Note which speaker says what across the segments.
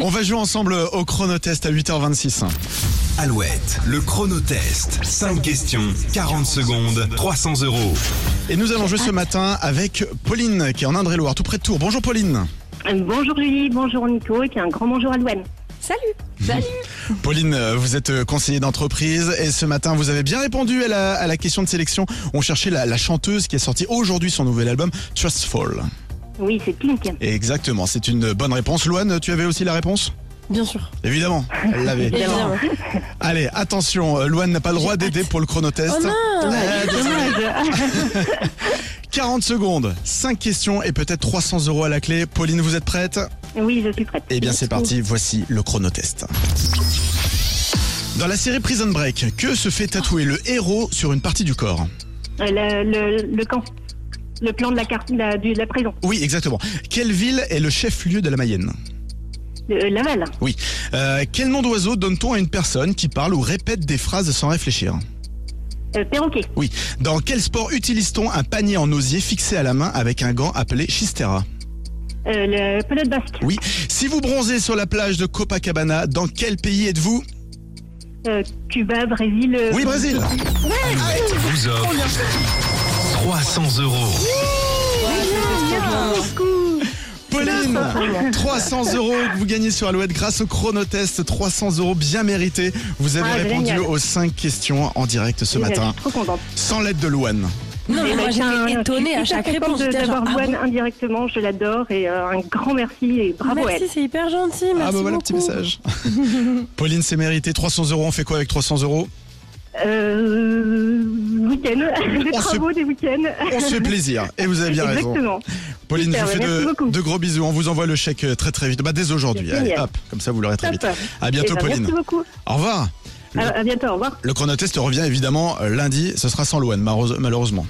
Speaker 1: On va jouer ensemble au chronotest à 8h26.
Speaker 2: Alouette, le chronotest. 5 questions, 40 secondes, 300 euros.
Speaker 1: Et nous allons jouer ce matin avec Pauline qui est en Indre-et-Loire, tout près de Tours. Bonjour Pauline.
Speaker 3: Bonjour Julie, bonjour Nico et puis un grand bonjour à Louane.
Speaker 4: Salut
Speaker 1: Pauline, euh, vous êtes euh, conseiller d'entreprise et ce matin vous avez bien répondu à la, à la question de sélection. On cherchait la, la chanteuse qui a sorti aujourd'hui son nouvel album Trustful.
Speaker 3: Oui, c'est Pink.
Speaker 1: Et exactement, c'est une bonne réponse. Loane, tu avais aussi la réponse
Speaker 4: Bien sûr.
Speaker 1: Évidemment, elle l'avait.
Speaker 3: Évidemment.
Speaker 1: Allez, attention, euh, Loane n'a pas le droit d'aider pour le chronotest.
Speaker 4: Oh non
Speaker 1: Euh,
Speaker 3: Dommage.
Speaker 1: 40 secondes, 5 questions et peut-être 300 euros à la clé. Pauline, vous êtes prête
Speaker 3: Oui, je suis prête.
Speaker 1: Eh bien c'est parti, voici le chronotest. Dans la série Prison Break, que se fait tatouer le héros sur une partie du corps
Speaker 3: Euh, Le, le- le camp, le plan de la, carte, la, du- de la prison,
Speaker 1: Oui, exactement. Quelle ville est le chef-lieu de la Mayenne
Speaker 3: de Laval,
Speaker 1: Oui. Euh, quel nom d'oiseau donne-t-on à une personne qui parle ou répète des phrases sans réfléchir
Speaker 3: euh, perroquet,
Speaker 1: Oui. Dans quel sport utilise-t-on un panier en osier fixé à la main avec un gant appelé chistera
Speaker 3: euh, le pelote basque,
Speaker 1: Oui. Si vous bronzez sur la plage de Copacabana, dans quel pays êtes-vous
Speaker 3: euh, Cuba, Brésil. euh,
Speaker 1: Oui, Brésil.
Speaker 2: Alouette vous offre 300 euros.
Speaker 4: Oh
Speaker 1: Pauline, 300 euros que vous gagnez sur Alouette grâce au chronotest, 300 euros bien mérités. Vous avez
Speaker 3: Ah,
Speaker 1: répondu
Speaker 3: génial.
Speaker 1: aux 5 questions en direct ce
Speaker 3: je suis
Speaker 1: matin,
Speaker 3: trop contente.
Speaker 1: sans l'aide de Louane.
Speaker 4: Non, mais
Speaker 3: Eh
Speaker 4: moi
Speaker 3: ben, tiens,
Speaker 4: j'étais étonnée à
Speaker 3: je suis
Speaker 4: chaque
Speaker 3: hyper contente
Speaker 4: réponse.
Speaker 3: de-
Speaker 4: j'étais genre,
Speaker 3: D'avoir
Speaker 4: ah
Speaker 3: Louane
Speaker 4: bon
Speaker 3: indirectement, je l'adore et euh, un grand merci et bravo à elle.
Speaker 4: Merci, c'est hyper gentil. Merci
Speaker 1: ah bah voilà,
Speaker 4: beaucoup.
Speaker 1: petit message. Pauline, c'est mérité. 300 euros, on fait quoi avec 300 euros
Speaker 3: Euh, week-end, des
Speaker 1: On se-
Speaker 3: travaux, des week-ends.
Speaker 1: On se fait plaisir. Et vous avez bien raison.
Speaker 3: Exactement.
Speaker 1: Pauline, je
Speaker 3: Super,
Speaker 1: vous fais
Speaker 3: merci
Speaker 1: de,
Speaker 3: beaucoup.
Speaker 1: de gros bisous. On vous envoie le chèque euh, très très vite. Bah, dès aujourd'hui.
Speaker 3: C'est
Speaker 1: Allez,
Speaker 3: génial.
Speaker 1: hop, comme ça vous l'aurez très
Speaker 3: Top.
Speaker 1: vite. À bientôt,
Speaker 3: Eh ben,
Speaker 1: Pauline.
Speaker 3: Merci beaucoup.
Speaker 1: Au revoir.
Speaker 3: À, à bientôt, au revoir.
Speaker 1: Le chronotest revient évidemment euh, lundi. Ce sera sans Louane, marose- malheureusement.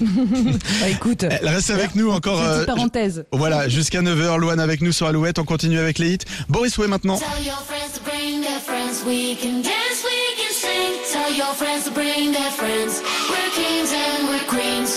Speaker 5: Bah écoute,
Speaker 1: Elle reste avec nous encore. Eh, euh,
Speaker 5: petite parenthèse.
Speaker 1: Voilà, jusqu'à 9h, Loane avec nous sur Alouette, on continue avec les hits. Boris Way maintenant.
Speaker 6: Tell your friends to bring their friends. We can dance, we can sing. Tell your friends to bring their friends. We're kings and we're queens.